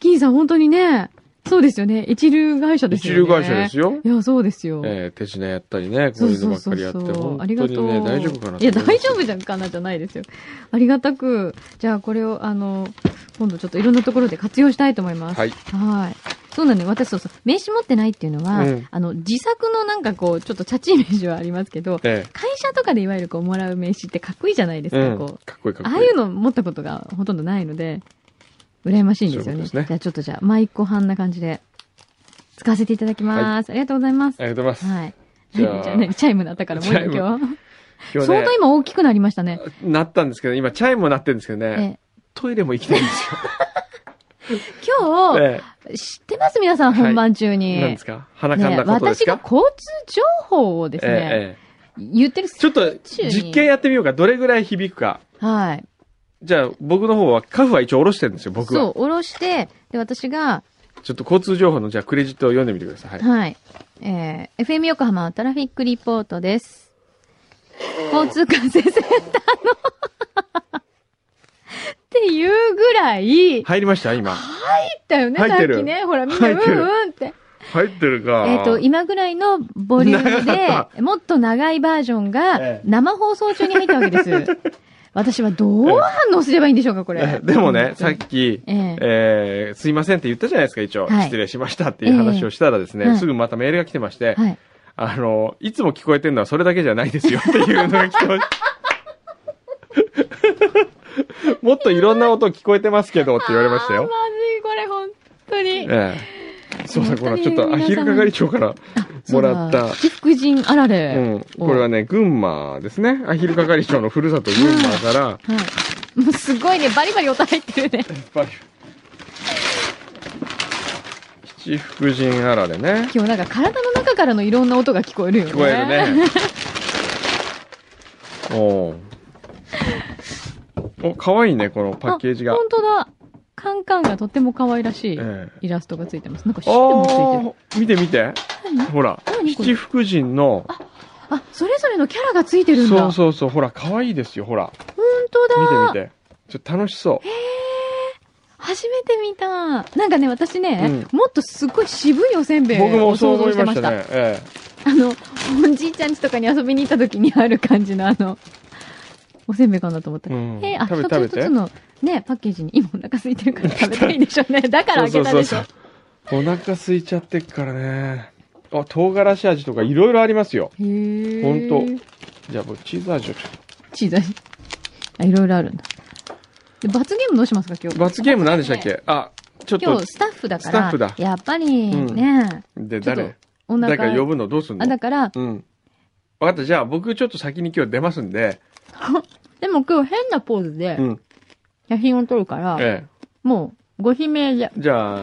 Speaker 2: 金さん、本当にね、そうですよね。一流会社です
Speaker 1: 一
Speaker 2: よね。
Speaker 1: 流会社です
Speaker 2: よ。
Speaker 1: よ。
Speaker 2: いや、そうですよ。
Speaker 1: ええ手品やったりね、こ
Speaker 2: そうう
Speaker 1: いうの
Speaker 2: そ
Speaker 1: ば
Speaker 2: う
Speaker 1: っか
Speaker 2: そう
Speaker 1: りやって、
Speaker 2: そう
Speaker 1: 本当
Speaker 2: ありが
Speaker 1: に
Speaker 2: とう。
Speaker 1: ね、大丈夫かなと思ます
Speaker 2: いや、大丈夫じゃんかなじゃないですよ。ありがたく。じゃあ、これを、あの、今度ちょっといろんなところで活用したいと思います。
Speaker 1: はい。
Speaker 2: はい。そうなんで、私、そうそう。名刺持ってないっていうのは、
Speaker 1: うん
Speaker 2: あの、自作のなんかこう、ちょっとチャチい名刺はありますけど、
Speaker 1: え
Speaker 2: 会社とかでいわゆるこう、もらう名刺ってかっこいいじゃないです
Speaker 1: え
Speaker 2: か、
Speaker 1: うん
Speaker 2: こう。
Speaker 1: かっこいいかっこいい。
Speaker 2: ああいうの持ったことがほとんどないので、羨ましいんですよ
Speaker 1: そういうこと
Speaker 2: ね。
Speaker 1: ですね
Speaker 2: じゃあちょっとじゃあ、マイコ派な感じで、使わせていただきます。ありがとうございます。
Speaker 1: ありがとうございます。
Speaker 2: はい。
Speaker 1: じゃあ
Speaker 2: 何チャイムだったからもう一
Speaker 1: チャイム
Speaker 2: 回今日。
Speaker 1: 今日
Speaker 2: 相
Speaker 1: ね
Speaker 2: 当、今大きくなりましたね。
Speaker 1: なったんですけど、今チャイムも鳴ってるんですけどね、
Speaker 2: え
Speaker 1: トイレも行きたいんです
Speaker 2: え今
Speaker 1: よ。
Speaker 2: 日、
Speaker 1: え
Speaker 2: 知ってます皆さん
Speaker 1: はい
Speaker 2: 本番中
Speaker 1: え
Speaker 2: に。
Speaker 1: なんですか鼻かん
Speaker 2: ね
Speaker 1: だことです
Speaker 2: 私
Speaker 1: か、
Speaker 2: が交通情報をです
Speaker 1: え
Speaker 2: ね、
Speaker 1: ええ
Speaker 2: 言ってる
Speaker 1: えちょっと
Speaker 2: 中に
Speaker 1: 実験やってみようか。どれぐらい響くか。
Speaker 2: はい。
Speaker 1: じゃあ、僕の方は、カフは一応下ろしてるんですよ、僕
Speaker 2: そ
Speaker 1: は
Speaker 2: う。、下ろして、で、私が、
Speaker 1: ちょっと交通情報の、じゃあ、クレジットを読んでみてください。はい。
Speaker 2: はい。えー、FM 横浜トラフィックリポートです。交通管制センターのっていうぐらい、入っ
Speaker 1: 入りました今。
Speaker 2: たよね、
Speaker 1: 入
Speaker 2: さ
Speaker 1: っ
Speaker 2: って
Speaker 1: る
Speaker 2: きね。ほら、みんな、う
Speaker 1: 入ってる
Speaker 2: んうんって。
Speaker 1: 入ってるか
Speaker 2: えっ、と、今ぐらいのボリューム
Speaker 1: 長か
Speaker 2: で、もっと長いバージョンが
Speaker 1: ええ、。
Speaker 2: 生放送中に入ったわけです。私はどう反応すればいいんでしょうか、こ れ
Speaker 1: でもね、さっき、
Speaker 2: ええ
Speaker 1: えーすいませんって言ったじゃないですか、一応。
Speaker 2: はい
Speaker 1: 失礼しましたっていう話をしたらですね、
Speaker 2: ええはい
Speaker 1: すぐまたメールが来てまして、
Speaker 2: はい。
Speaker 1: あの、いつも聞こえてるのはそれだけじゃないですよっていうのが来てました。 もっといろんな音聞こえてますけどって言われました
Speaker 2: あーま
Speaker 1: よ。
Speaker 2: ずい、これ、本当に。
Speaker 1: ええ。そうだ、これちょっと、ア
Speaker 2: 本当に皆様
Speaker 1: ヒル係長からもらった。
Speaker 2: 七福神あら
Speaker 1: う
Speaker 2: れ
Speaker 1: ん。。これはね、群馬ですね。アヒル係長のふるさと群馬から、
Speaker 2: はい。もうすごいね、バリバリ音入ってるね。
Speaker 1: 七福神あられね。
Speaker 2: 今日なんか体の中からのいろんな音が聞こえるよね。
Speaker 1: 聞こえる。ね。おうお、かわいいね、このパッケージが。
Speaker 2: 本当だ。カンカンがとっても可愛らし
Speaker 1: え
Speaker 2: い
Speaker 1: え
Speaker 2: イラストがついてます。なんかシールもついてる。
Speaker 1: おー見て見て。ほら、
Speaker 2: 何これ
Speaker 1: 七福神の、
Speaker 2: あ、それぞれのキャラがついてるんだ。
Speaker 1: そうそうそう、ほら、かわいいですよ、ほら。
Speaker 2: 本当
Speaker 1: 見
Speaker 2: だ。
Speaker 1: て見て。ちょっと楽しそう。
Speaker 2: 初めて見た。なんかね、私ね、
Speaker 1: う
Speaker 2: もっとすっごい渋いおせんべい
Speaker 1: 僕も
Speaker 2: を
Speaker 1: そう思
Speaker 2: 想像
Speaker 1: い
Speaker 2: して
Speaker 1: ま
Speaker 2: ま
Speaker 1: し
Speaker 2: したた。
Speaker 1: ね。え
Speaker 2: あの、おじいちゃん家とかに遊びに行った時にある感じのあの、おせんべいかなと思った
Speaker 1: え。うん
Speaker 2: えーあ、
Speaker 1: 食べ
Speaker 2: 一
Speaker 1: 食べ
Speaker 2: つ一つ
Speaker 1: て。
Speaker 2: のね、パッケージに今お腹空いてるから食べたいんでしょうね。だから開けたでしょ。
Speaker 1: う。お腹空いちゃってっからね。あ、唐辛子味とかいろいろありますよ。
Speaker 2: へー
Speaker 1: ほんじゃあ僕チーズ味をちょっ
Speaker 2: チーズ味。あ、いろいろあるんだ。で、罰ゲームどうしますか今日。
Speaker 1: と。罰ゲーム何でしたっけあ、ちょっ
Speaker 2: 今
Speaker 1: と
Speaker 2: 日、スタッフだから。
Speaker 1: スタッフだ
Speaker 2: やっぱり
Speaker 1: うん
Speaker 2: ね、
Speaker 1: で、
Speaker 2: ちょっと
Speaker 1: 誰
Speaker 2: お腹。
Speaker 1: 誰か呼ぶのどうすん
Speaker 2: あ、だ
Speaker 1: の
Speaker 2: から、
Speaker 1: うん。わかった。じゃあ僕ちょっと先に今日出ますんで。
Speaker 2: でも今日変なポーズで
Speaker 1: うん。
Speaker 2: 写真を撮るから、
Speaker 1: え
Speaker 2: もう、ご指名で、
Speaker 1: え。じゃあ、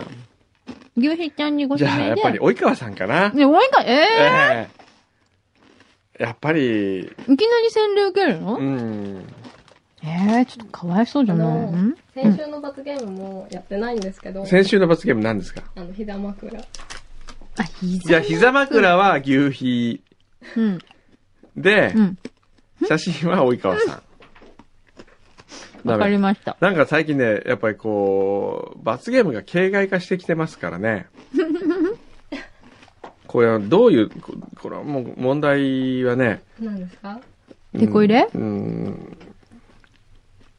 Speaker 2: 牛皮ちゃんにご
Speaker 1: じ
Speaker 2: 指
Speaker 1: ゃあ
Speaker 2: 名
Speaker 1: やっ
Speaker 2: で。
Speaker 1: ぱり及川さんかな。
Speaker 2: ね、おいか、え
Speaker 1: ええ。やっぱり、
Speaker 2: ー、いきなり洗礼受けるの
Speaker 1: うん。
Speaker 2: えー、ちょっとかわいそうじゃない
Speaker 3: あの
Speaker 2: ん
Speaker 3: 先週の罰ゲームもやってないんですけど、
Speaker 1: 先週の罰ゲーム何ですか
Speaker 3: あの、ひだ枕。
Speaker 2: あ、膝。
Speaker 1: じゃあ、膝枕は牛皮
Speaker 2: うん。
Speaker 1: で
Speaker 2: う、ん。
Speaker 1: 写真は及川さん。
Speaker 2: わかりました。
Speaker 1: なんか最近ね、やっぱりこう、罰ゲームが形骸化してきてますから ね。これはどういう、ここれはもう問題はね。
Speaker 3: 何ですか
Speaker 1: うん
Speaker 2: てこ入れ
Speaker 1: うん。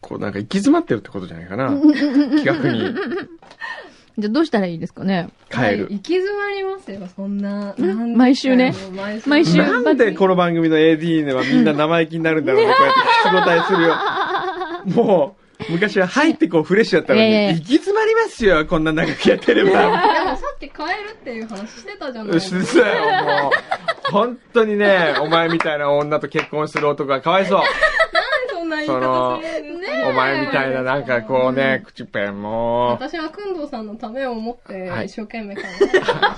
Speaker 1: こうなんか行き詰まってるってことじゃないかな。気楽に
Speaker 2: じゃあどうしたらいいですかね
Speaker 1: 変え
Speaker 3: はい
Speaker 1: る。
Speaker 3: 行き詰まりますよ、そんな。
Speaker 2: ん
Speaker 3: なん
Speaker 2: 毎週ね。
Speaker 3: 毎週。
Speaker 2: 毎週
Speaker 1: なんでこの番組の AD はみんな生意気になるんだろ うね。こうやって口答えするよ。もう、昔は入ってこうフレッシュだったのに、
Speaker 2: いやいやい
Speaker 1: 行
Speaker 2: や
Speaker 1: き詰まりますよ、こんな長くやってれば。
Speaker 3: でもさっき変えるっていう話してたじゃないう で
Speaker 1: っ
Speaker 3: すか。
Speaker 1: すよ、もう。本当にね、お前みたいな女と結婚する男がかわいそう。
Speaker 3: そんな言い方するんですか
Speaker 1: お前みたいな、なんかこうね、口ペンも
Speaker 3: 私はくんどうさんのためを思って
Speaker 1: はい
Speaker 3: 一生懸命考えてたんですよ、いつ
Speaker 1: う。
Speaker 3: も
Speaker 1: わ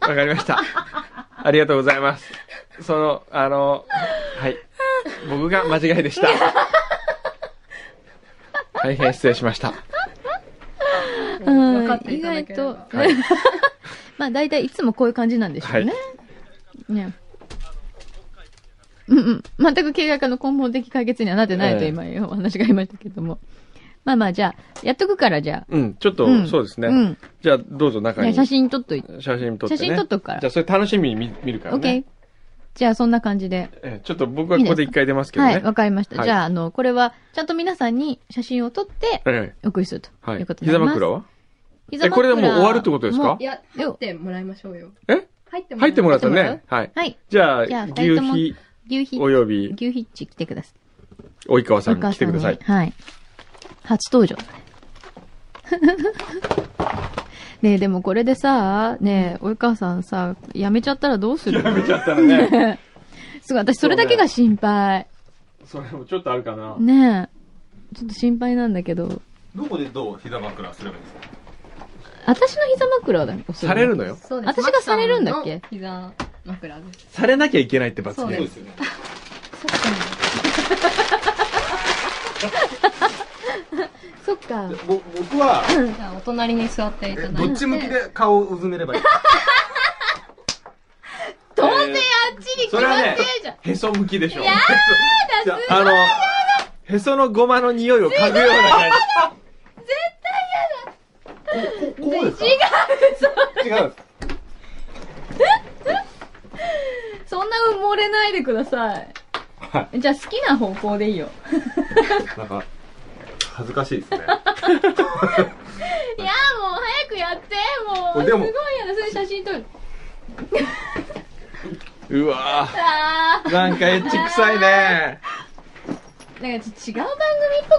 Speaker 1: かりました。ありがとうございます。その、あの、はい。僕が間違いでした。大変失礼しました。
Speaker 2: うん
Speaker 3: 分かっていただければ
Speaker 2: 意外
Speaker 1: はい。
Speaker 2: まあ大体いつもこういう感じなんでしょ
Speaker 1: は
Speaker 2: う
Speaker 1: い
Speaker 2: ね。。ね。うんうん。全く経済化の根本的解決にはなってないと
Speaker 1: ええ
Speaker 2: 今、お話がありましたけども。まあまあじゃあ、やっとくからじゃ
Speaker 1: うん、ちょっ
Speaker 2: あ。
Speaker 1: と、
Speaker 2: ん
Speaker 1: そうですね。
Speaker 2: うん。
Speaker 1: じゃあ、どうぞ中
Speaker 2: じゃあ
Speaker 1: に。
Speaker 2: 写真撮っといて。
Speaker 1: 写真撮って、
Speaker 2: 写
Speaker 1: ね。
Speaker 2: 真撮っとくから
Speaker 1: じゃあ、それ楽しみに見見るから
Speaker 2: オッケー
Speaker 1: ね。。
Speaker 2: じゃあそんな感じで。
Speaker 1: えーちょっと僕はここで一回出ますけど
Speaker 2: は
Speaker 1: ね。
Speaker 2: い、わかりました。
Speaker 1: はい
Speaker 2: じゃあ、あの、これは、ちゃんと皆さんに写真を撮って、
Speaker 1: え
Speaker 2: お送りすると
Speaker 1: えはいいう
Speaker 2: こと。にな
Speaker 1: 膝
Speaker 2: ります。
Speaker 1: 枕は
Speaker 2: 膝
Speaker 1: え、これでもう終わるってことですか
Speaker 3: いや、入ってもらいましょうよ。
Speaker 1: え
Speaker 3: 入ってもら
Speaker 1: 入ってもら
Speaker 3: いましょう
Speaker 1: ったね。はい。
Speaker 2: はい。
Speaker 1: じゃあ、
Speaker 2: じゃあ二
Speaker 1: 牛
Speaker 2: 人とも
Speaker 1: 皮
Speaker 2: 牛皮、
Speaker 1: および
Speaker 2: 牛皮っち来てください。
Speaker 1: 及川さん
Speaker 2: お母
Speaker 1: 来てください
Speaker 2: に。はい。初登場。 ねえ、でもこれでさ、ねえ、お母さんさ、辞めちゃったらどうする
Speaker 1: やめちゃったらね。
Speaker 2: すごい、私それだけが心配。
Speaker 1: それもちょっとあるかな。
Speaker 2: ねえ、ちょっと心配なんだけど、
Speaker 4: どこでどう膝枕すればいいですか
Speaker 2: 私の膝枕だよ。
Speaker 1: されるのよ。
Speaker 3: そうです
Speaker 2: 私がされるんだっけ
Speaker 3: マキさんの膝枕です。
Speaker 1: されなきゃいけないって罰
Speaker 3: そう
Speaker 4: そう
Speaker 3: で
Speaker 1: ゲーム
Speaker 4: で
Speaker 3: ね
Speaker 4: すよね。
Speaker 2: そっか。
Speaker 4: ぼ僕は、
Speaker 3: じゃあ、お隣に座っていた
Speaker 4: え
Speaker 3: だ
Speaker 4: ど
Speaker 3: い。
Speaker 4: ってち向きで顔をうずめればいいですか
Speaker 2: どうせあっちに決
Speaker 1: それ
Speaker 2: まっ
Speaker 1: は
Speaker 2: て
Speaker 1: ね
Speaker 2: るじゃん。、
Speaker 1: へそ向きでしょ。やだ、あの、へそのごまの匂いを嗅ぐような感
Speaker 4: ここうですか違う違う
Speaker 2: そんな埋もれないでください。
Speaker 4: は
Speaker 2: じゃあ好きな方向でいい よ。
Speaker 4: なんか、恥ずかしいですね。
Speaker 2: いやもう早くやってもう。
Speaker 4: でも
Speaker 2: すごいやだ、それ写真撮る。
Speaker 1: じ。うわ
Speaker 2: あ
Speaker 1: ぁ、なんかエッチ臭いね。
Speaker 2: ー。なんかちょっと違う番組っぽ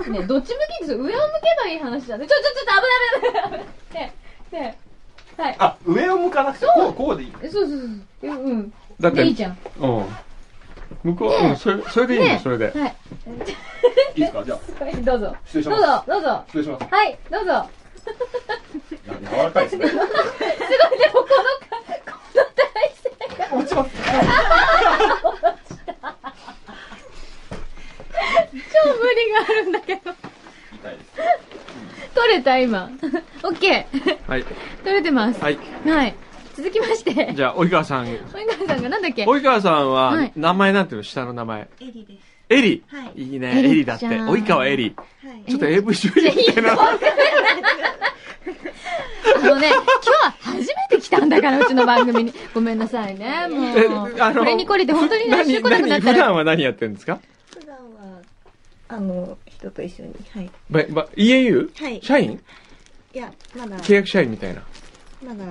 Speaker 2: くないねどっち向きです上を向けばいい話じゃん。ちょ、ちょ、ちょっと危ない危ない危ない。ねえ、ねえ。はい。
Speaker 4: あ、上を向かなくて、こう、こうでいい。
Speaker 2: えそうそうそうそう。うん
Speaker 1: だ
Speaker 2: う
Speaker 1: っ
Speaker 2: ん。で、いい
Speaker 1: て、
Speaker 2: じゃん。
Speaker 1: うん。向こう、うん、それ、それでいいの、それで。
Speaker 2: はい。
Speaker 4: いいですかじゃあ、
Speaker 2: はい、どうぞ。
Speaker 4: 失礼し
Speaker 2: どう
Speaker 4: ま
Speaker 2: ぞ
Speaker 4: す。、
Speaker 2: どうぞ。
Speaker 4: 失礼します
Speaker 2: はい、どうぞ。。
Speaker 4: 柔らかいですね。
Speaker 2: すごい、でもこのか、この体勢が。
Speaker 4: 落ちます。
Speaker 2: 超無理があるんだけど。
Speaker 4: 痛いです。
Speaker 2: 取れた、今。オッケー。
Speaker 1: はい。
Speaker 2: 取れてます。
Speaker 1: はい。
Speaker 2: はい。続きまして、
Speaker 1: じゃあ、及川さん。
Speaker 2: 及川さんがなんだっけ
Speaker 1: 及川さん
Speaker 2: は、
Speaker 1: はい名前なんていうの下の名前。
Speaker 5: エリです。
Speaker 1: エリ。
Speaker 5: はい
Speaker 1: いい
Speaker 2: エ
Speaker 1: ね、
Speaker 2: リ
Speaker 1: エリだって。
Speaker 2: ちゃん
Speaker 1: 及川エリ。
Speaker 5: はい。
Speaker 1: ちょっと AV 女優みたいな。
Speaker 2: あのね、今日は初めて来たんだから、うちの番組に。ごめんなさいね、もう。
Speaker 1: えあの
Speaker 2: これにこりで本当に来週
Speaker 1: 何、
Speaker 2: 来なくな
Speaker 1: 何、
Speaker 2: っ
Speaker 1: 普
Speaker 2: たら。
Speaker 1: 段は何やってるんですか
Speaker 5: 普段は、あの、人と一緒に。はい。
Speaker 1: ば、ば、EAU?
Speaker 5: はい
Speaker 1: 社員
Speaker 5: いや、まだ、
Speaker 1: 契約社員みたいな。
Speaker 5: まだ、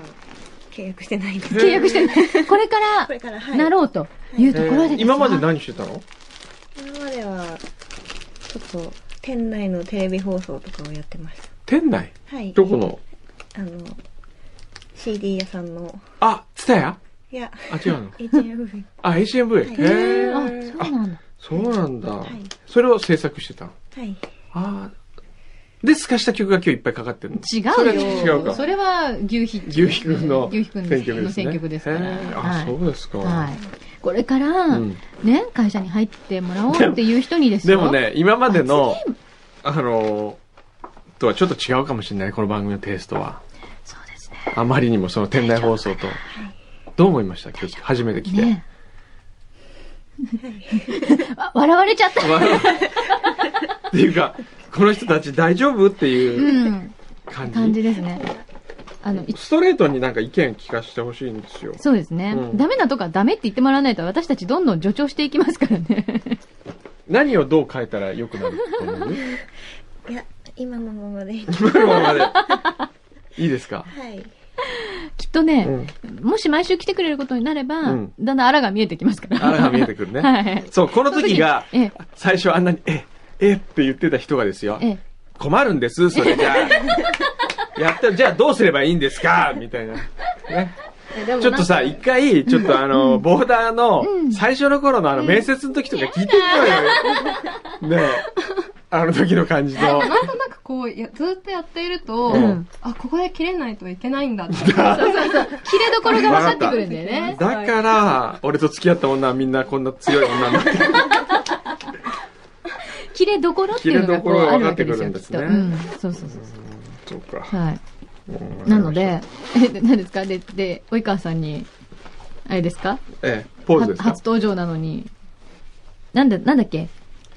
Speaker 5: 契約してないんです。
Speaker 2: 契約してる。これか
Speaker 5: これから、は
Speaker 2: ら、
Speaker 5: い。
Speaker 2: なろうというところで
Speaker 1: え
Speaker 2: す
Speaker 1: ー今まで何してたの
Speaker 5: 今までは、ちょっと、店内のテレビ放送とかをやってました。
Speaker 1: 店内
Speaker 5: はい。
Speaker 1: どこの
Speaker 5: あの、CD 屋さんの、
Speaker 1: あ、ツタヤ
Speaker 5: いや、
Speaker 1: あ、違うの。
Speaker 5: HMV。
Speaker 1: あ、HMV。
Speaker 5: い
Speaker 1: へ
Speaker 2: あ、
Speaker 1: ー
Speaker 2: そうなんだ。
Speaker 1: そうなんだ
Speaker 5: い。
Speaker 1: それを制作してたの。
Speaker 5: はい。
Speaker 1: あで、透かした曲が今日いっぱいかかってるの。
Speaker 2: 違う
Speaker 1: それ
Speaker 2: よ。
Speaker 1: は違うか
Speaker 2: それは牛皮。
Speaker 1: 牛皮くんの
Speaker 2: 牛皮くん
Speaker 1: 選曲
Speaker 2: の
Speaker 1: ですね。
Speaker 2: 選曲ですから。
Speaker 1: へえあ、
Speaker 2: はい
Speaker 1: そうですか。
Speaker 2: はい。これから、
Speaker 1: うん
Speaker 2: ね、会社に入ってもらおうっていう人にです
Speaker 1: で
Speaker 2: よ。
Speaker 1: もね、今までの、あの、とはちょっと違うかもしれない、この番組のテイストは。
Speaker 2: そうですね。
Speaker 1: あまりにもその店内放送と。どう思いました今日初めて来て。
Speaker 2: ね え。わ笑われち ゃった。
Speaker 1: 笑うっていうか、この人たち大丈夫っていう
Speaker 2: うん。
Speaker 1: 感じ。
Speaker 2: 感じですね。あの、い
Speaker 1: ストレートになんか意見聞かせてほしいんですよ。
Speaker 2: そうですね。
Speaker 1: うん
Speaker 2: ダメなとこはダメって言ってもらわないと私たちどんどん助長していきますからね。
Speaker 1: 何をどう変えたら良くなると思う
Speaker 5: いや、今のままでいい。
Speaker 1: 今のままで。いいですか、
Speaker 5: はい。
Speaker 2: きっと
Speaker 1: う
Speaker 2: ね、
Speaker 1: ん。
Speaker 2: もし毎週来てくれることになれば、
Speaker 1: うん
Speaker 2: だんだんあらが見えてきますから。
Speaker 1: あらが見えてくるね。
Speaker 2: はい。
Speaker 1: そう、この時が、
Speaker 2: その時にえ
Speaker 1: 最初あんなに、え、えって言ってた人がですよ
Speaker 2: え、。ええ。
Speaker 1: 困るんです、それじゃあ。やって、じゃあどうすればいいんですかみたいな。ね。ちょっとさ、一回、ちょっとあの、ボーダーの
Speaker 2: うん
Speaker 1: 最初の頃のあの、面接の時とか聞いてみよう よ。ねえあの時の感じと。
Speaker 3: なんとなくこう、やずっとやっていると、
Speaker 1: うん
Speaker 3: あ、ここで切れないといけないん だって。
Speaker 2: 切れどころが分かってくるんだよ
Speaker 3: わか
Speaker 2: ね。
Speaker 1: だから、俺と付き合った女はみんなこんな強い女になってる。
Speaker 2: 切れどころっていうのがこ
Speaker 1: 切れ
Speaker 2: う
Speaker 1: どころが分
Speaker 2: ある
Speaker 1: か
Speaker 2: わ
Speaker 1: って
Speaker 2: け
Speaker 1: く
Speaker 2: です
Speaker 1: る
Speaker 2: よ、
Speaker 1: ん
Speaker 2: き
Speaker 1: で
Speaker 2: っ
Speaker 1: す
Speaker 2: と。
Speaker 1: ね
Speaker 2: うん。そうそうそう そ
Speaker 1: そう
Speaker 2: う。
Speaker 1: か。
Speaker 2: はい。なので、え、で何ですかで、で、及川さんに、あれですか
Speaker 1: ええ、ポーズです
Speaker 2: は
Speaker 1: か
Speaker 2: 初登場なのに。なんだ、なんだっけ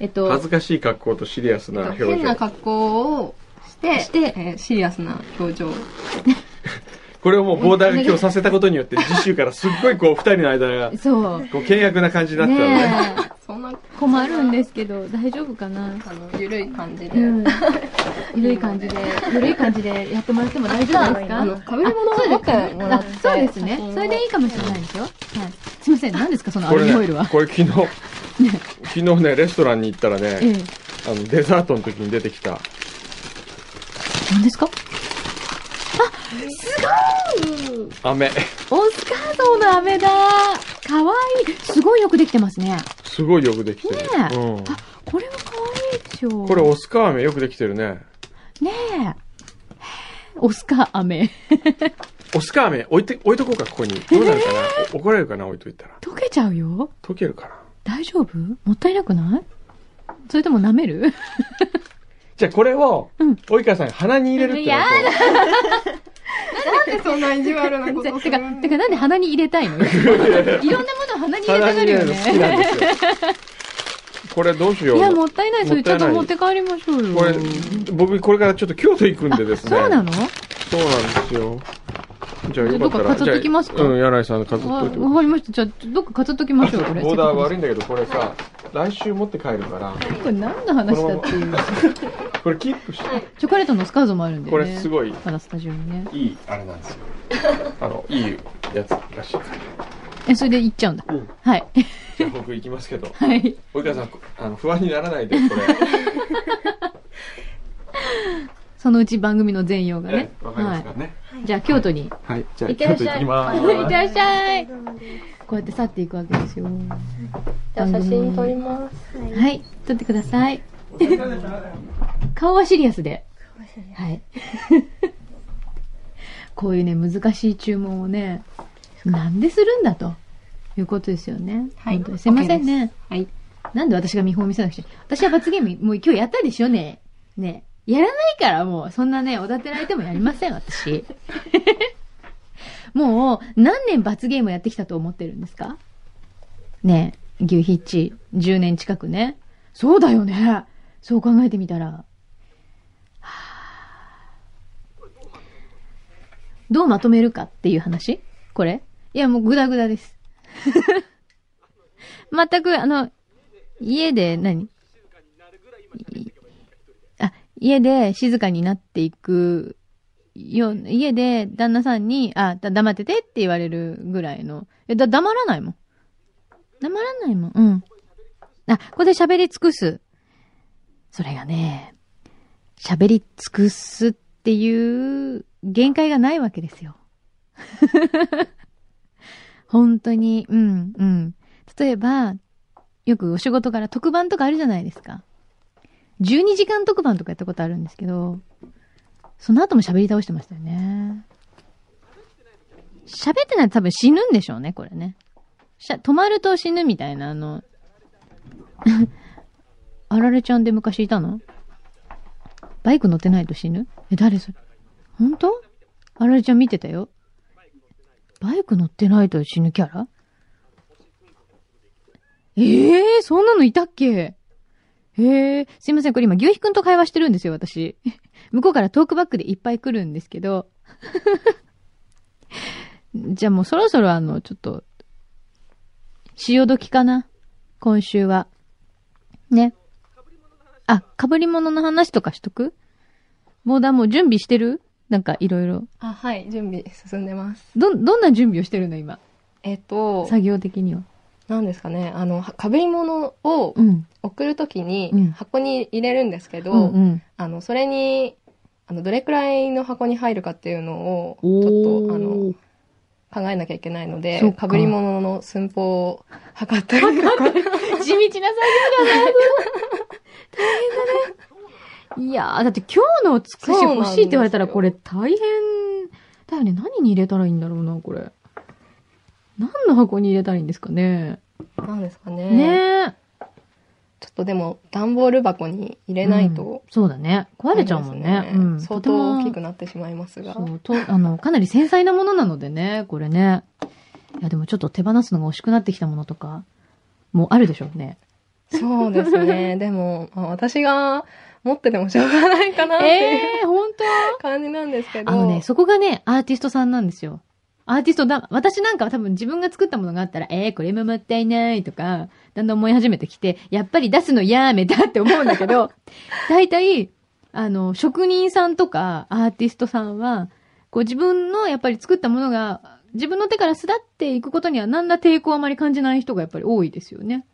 Speaker 2: えっと
Speaker 1: 恥、ずかしい格好とシリアスな表情。
Speaker 3: 変な格好をして、
Speaker 2: して
Speaker 3: えーシリアスな表情。
Speaker 1: これをもうボーダーが今日させたことに よって、次週からすっごいこう、二人の間が、
Speaker 2: そう。
Speaker 1: こう、険悪な感じになってたのね。
Speaker 2: ね
Speaker 3: そんな、
Speaker 2: え、困るんですけど、大丈夫かな
Speaker 3: あの、ゆるい感じで。
Speaker 2: うん。ゆるい感じで、ゆるい感じでやってもらっても大丈夫です
Speaker 3: あ
Speaker 2: か
Speaker 3: の、被り物を持ってもら
Speaker 2: あ
Speaker 3: って。
Speaker 2: そうですね
Speaker 3: 写真を。
Speaker 2: それでいいかもしれないですよ。はい。すいません、何ですかそのア
Speaker 1: こ
Speaker 2: ル
Speaker 1: れ
Speaker 2: ミホイル
Speaker 1: ね
Speaker 2: は、。
Speaker 1: これ昨日、昨日ね、レストランに行ったら
Speaker 2: ええ
Speaker 1: ね、。あの、デザートの時に出てきた、
Speaker 2: 何ですか
Speaker 1: 飴。
Speaker 2: オスカー像の飴だかわいいすごいよくできてますね。
Speaker 1: すごいよくできてる
Speaker 2: ね。え
Speaker 1: うん。
Speaker 2: これはかわいいでしょ。
Speaker 1: これ、オスカー飴よくできてるね。
Speaker 2: ねえ。オスカー飴。
Speaker 1: オスカー飴置いて、置いとこうか、ここに。どうなるかなお怒られるかな置いといたら。
Speaker 2: 溶けちゃうよ
Speaker 1: 溶けるかな
Speaker 2: 大丈夫もったいなくないそれとも舐 める
Speaker 1: じゃあこれを
Speaker 2: うん、
Speaker 1: 及川さんが鼻に入れるってのはどう
Speaker 3: なんでそんな意地悪なことす
Speaker 2: て
Speaker 3: る
Speaker 2: か、て かなんで鼻に入れたい のいろんなものを鼻に入れたがるよ
Speaker 1: の好き
Speaker 2: ね。
Speaker 1: なんですよ。これどうしよう。
Speaker 2: いや、もったいない。それちょっと
Speaker 1: も
Speaker 2: 持
Speaker 1: っ
Speaker 2: ったて帰りましょうよ。
Speaker 1: これ、僕これからちょっと京都行くんでですね。
Speaker 2: そうなの
Speaker 1: そうなんですよ。じゃあよかった
Speaker 2: どっ
Speaker 1: ら。
Speaker 2: か飾っときますか
Speaker 1: じゃあうん、柳井さん飾
Speaker 2: わ
Speaker 1: っといて
Speaker 2: わかりました。じゃあ、どっか飾っときましょう、これ。
Speaker 1: ボーダー悪いんだけど、これさ、来週持って帰るから、
Speaker 2: これ何の話だっていう。
Speaker 1: これキープして、
Speaker 2: チョコレートのスカーゾもあるんだ
Speaker 1: こ
Speaker 2: よね。
Speaker 1: れすごい、
Speaker 2: まだスタジオにね。
Speaker 1: いい、あれなんですよ。あの、いいやつらしいから。
Speaker 2: え、それで行っちゃうんだ。
Speaker 1: うん
Speaker 2: はい。
Speaker 1: じゃあ僕行きますけど、
Speaker 2: はい。
Speaker 1: 及川さん、あの、不安にならないで、これ。
Speaker 2: そのうち番組の全容が
Speaker 1: え
Speaker 2: ね。
Speaker 1: えわかりますか
Speaker 2: は
Speaker 1: ね。
Speaker 2: い。じゃあ、京都に。
Speaker 1: はい、じゃあ
Speaker 2: いって
Speaker 1: 京
Speaker 2: らっ
Speaker 1: 都
Speaker 2: し
Speaker 1: 行
Speaker 2: ゃい
Speaker 1: きま
Speaker 2: いっ
Speaker 1: ー
Speaker 2: て
Speaker 1: す。
Speaker 2: らっしゃい。こうやって去っていくわけですよ。じゃあ写真撮ります。はい、撮ってください。 顔はシリアスで。はい。 こういうね、難しい注文をね、なんでするんだということですよね。
Speaker 3: はい
Speaker 2: 本当にすいませんね。
Speaker 3: はい。
Speaker 2: なんで私が見本を見せなくちゃ。私は罰ゲーム、もう今日やったでしょね。ね。やらないからもう、そんなね、おだてられてもやりません、私。 もう、何年罰ゲームやってきたと思ってるんですかねえ、牛ヒッチ、10年近くね。そうだよね。そう考えてみたら。はあどうまとめるかっていう話これいや、もうグダグダです。 全く、あの、家で何、いあ、家で静かになっていくよ、家で旦那さんに、あ、だ黙っててって言われるぐらいの。え、だ、黙らないもん。黙らないもん。うん。あ、ここで喋り尽くす。それがね、喋り尽くすっていう限界がないわけですよ。 本当に、うん、うん。例えば、よくお仕事から特番とかあるじゃないですか。 12時間特番とかやったことあるんですけど、その後も喋り倒してましたよね。喋ってないと多分死ぬんでしょうね、これね。しゃ止まると死ぬみたいな、あの、 あられちゃんで昔いたのバイク乗ってないと死ぬえ、誰それ本当あられちゃん見てたよ。バイク乗ってないと死ぬキャラええー、そんなのいたっけへえ、すいません、これ今、牛皮くんと会話してるんですよ、私。 向こうからトークバックでいっぱい来るんですけど。 じゃあもうそろそろあの、ちょっと、潮時かな今週は。ね。あ、被り物の話とかしとくボーダーもう準備してるなんかいろいろ。
Speaker 3: あ、はい、準備進んでます。
Speaker 2: どん、どんな準備をしてるの今。
Speaker 3: えっと、
Speaker 2: 作業的には。
Speaker 3: 何ですかね、あの、かぶり物を
Speaker 2: うん。
Speaker 3: 送るとき
Speaker 2: うん
Speaker 3: に箱に入れるんですけど、
Speaker 2: うんうん。
Speaker 3: あの、それに、あの、どれくらいの箱に入るかっていうのを、ちょ
Speaker 2: お
Speaker 3: っと、あの、
Speaker 2: ー。
Speaker 3: 考えなきゃいけないの
Speaker 2: そっ
Speaker 3: で、
Speaker 2: か
Speaker 3: かぶり物の寸法を測ったり とか。
Speaker 2: 地道な 作業だな。大変だね。いやー、だって今日のつくし欲しいって言われたら
Speaker 3: そう
Speaker 2: こ
Speaker 3: な
Speaker 2: れ
Speaker 3: んで
Speaker 2: 大変だよね。何に入れたらいいんだろうな、これ。何の箱に入れたらいいんですかね。
Speaker 3: なんですかね。
Speaker 2: ね
Speaker 3: ちょっとでも、段ボール箱に入れないと、
Speaker 2: そうだね。壊れちゃうもん
Speaker 3: あ
Speaker 2: ね
Speaker 3: れ。です
Speaker 2: うん。
Speaker 3: 相
Speaker 2: とても
Speaker 3: 当大きくなってしまいますが。
Speaker 2: そう、と、あの、かなり繊細なものなのでね、これね。いや、でもちょっと手放すのが惜しくなってきたものとか、もうあるでしょうね。
Speaker 3: そうですね。でも、まあ私が持っててもしょうがないかなっていう、
Speaker 2: えー、本当
Speaker 3: 感じなんですけど。
Speaker 2: あのね、そこがね、アーティストさんなんですよ。アーティストだ、私なんかは多分自分が作ったものがあったら、えー、これももったいないとか、だんだん思い始めてきて、やっぱり出すのやめたって思うんだけ ど、大体、あの、職人さんとかアーティストさんは、こう自分のやっぱり作ったものが、自分の手から巣立っていくことには何ら抵抗あまり感じない人がやっぱり多いですよね。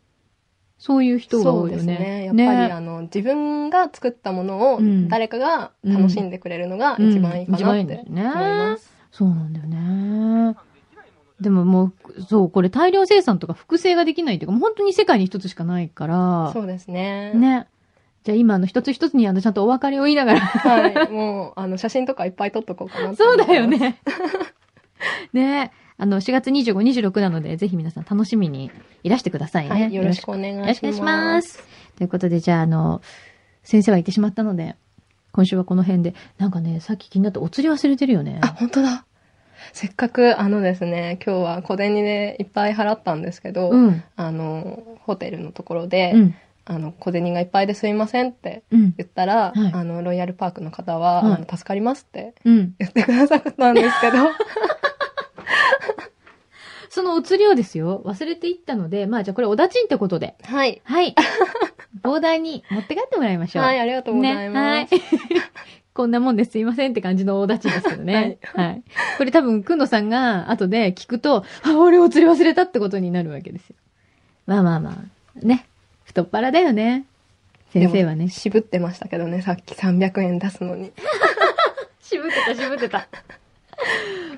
Speaker 2: そういう人が
Speaker 3: そ
Speaker 2: 多
Speaker 3: う
Speaker 2: い
Speaker 3: で
Speaker 2: よ
Speaker 3: すね。
Speaker 2: ね。
Speaker 3: やっぱり、
Speaker 2: ね
Speaker 3: あの、自分が作ったものを
Speaker 2: うん
Speaker 3: 誰かが楽しんでくれるのが一番いいかなっ
Speaker 2: うん
Speaker 3: て思
Speaker 2: 一番いい
Speaker 3: い
Speaker 2: んだよね
Speaker 3: ます。
Speaker 2: そうなんだよね。でももう、そう、これ大量生産とか複製ができないというか、もう本当に世界に一つしかないから、
Speaker 3: そうですね。
Speaker 2: ね。じゃあ今あの一つ一つにあのちゃんとお別れを言いなが ら、
Speaker 3: はい。もう、あの、写真とかいっぱい撮っとこうかなって
Speaker 2: そ
Speaker 3: 思
Speaker 2: う
Speaker 3: います
Speaker 2: だよ。ね。ね。あの、4月25、26なので、ぜひ皆さん楽しみにいらしてくださいね。
Speaker 3: はい。よろしくお願いし
Speaker 2: よ
Speaker 3: ます。
Speaker 2: ろしくお願いします。ということで、じゃあ、あの、先生は行ってしまったので、今週はこの辺で、なんかね、さっき気になったお釣り忘れてるよね。
Speaker 3: あ、本当だ。せっかく、あのですね、今日は小銭でいっぱい払ったんですけど、
Speaker 2: うん。
Speaker 3: あの、ホテルのところで、
Speaker 2: うん。
Speaker 3: あの、小銭がいっぱいですいませんって
Speaker 2: うん。
Speaker 3: 言った
Speaker 2: は
Speaker 3: ら、
Speaker 2: い
Speaker 3: あの、ロイヤルパークの方は、
Speaker 2: はい
Speaker 3: あの助かりますって
Speaker 2: うん。
Speaker 3: 言ってくださったんですけど、
Speaker 2: そのお釣りをですよ、忘れていったので、まあじゃあこれおだちんってことで。
Speaker 3: はい。
Speaker 2: はい。 膨大に持って帰ってもらいましょう。
Speaker 3: はい、
Speaker 2: あ
Speaker 3: ありがとうございます。
Speaker 2: ね、はい。 こんなもんですいませんって感じのおだちんですけどね。はい、これ多分、くんのさんが後で聞くと、あ、俺お釣り忘れたってことになるわけですよ。まあまあまあ。ね。太っ腹だよね。先生は
Speaker 3: でも
Speaker 2: ね。
Speaker 3: 渋ってましたけどね、さっき300円出すの に。
Speaker 2: 渋ってた、渋ってた。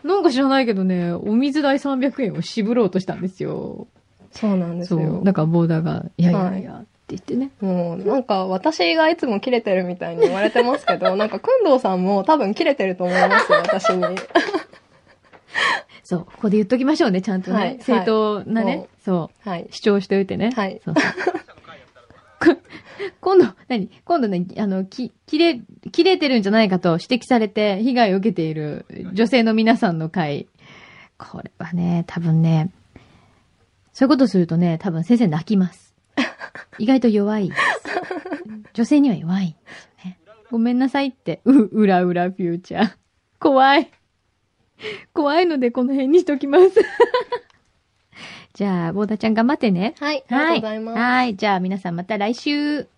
Speaker 2: なんか知らないけどね、お水代300円を渋ろうとしたんですよ。
Speaker 3: そうなんです
Speaker 2: そう
Speaker 3: よ。。
Speaker 2: だからボーダーが、いやいやいや、って言ってね。
Speaker 3: もう、なんか、私がいつも切れてるみたいに言われてますけ ど、なんか、くんどうさんも多分切れてると思いますよ、私に。
Speaker 2: そう、ここで言っときましょうね、ちゃんとね。
Speaker 3: はい
Speaker 2: 正当なね、
Speaker 3: はい
Speaker 2: そ
Speaker 3: はい。
Speaker 2: う、主張しておいてね。
Speaker 3: はい
Speaker 2: そうそう こ今度、何今度ね、あの、き、切れ、切れてるんじゃないかと指摘されて、被害を受けている女性の皆さんの会。これはね、多分ね、そういうことするとね、多分先生泣き ます。意外と弱いです。女性には弱いんですよね。ごめんなさいって、う、うらうらフューチャー。怖い。怖いのでこの辺にしときます。 じゃあ、ボーダちゃん頑張ってね。
Speaker 3: はい、ありがと
Speaker 2: は
Speaker 3: う
Speaker 2: い。
Speaker 3: ございます。
Speaker 2: はい。じゃあ、皆さんまた来週。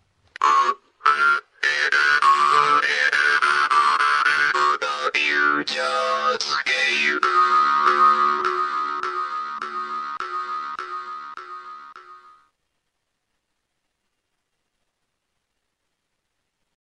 Speaker 6: future.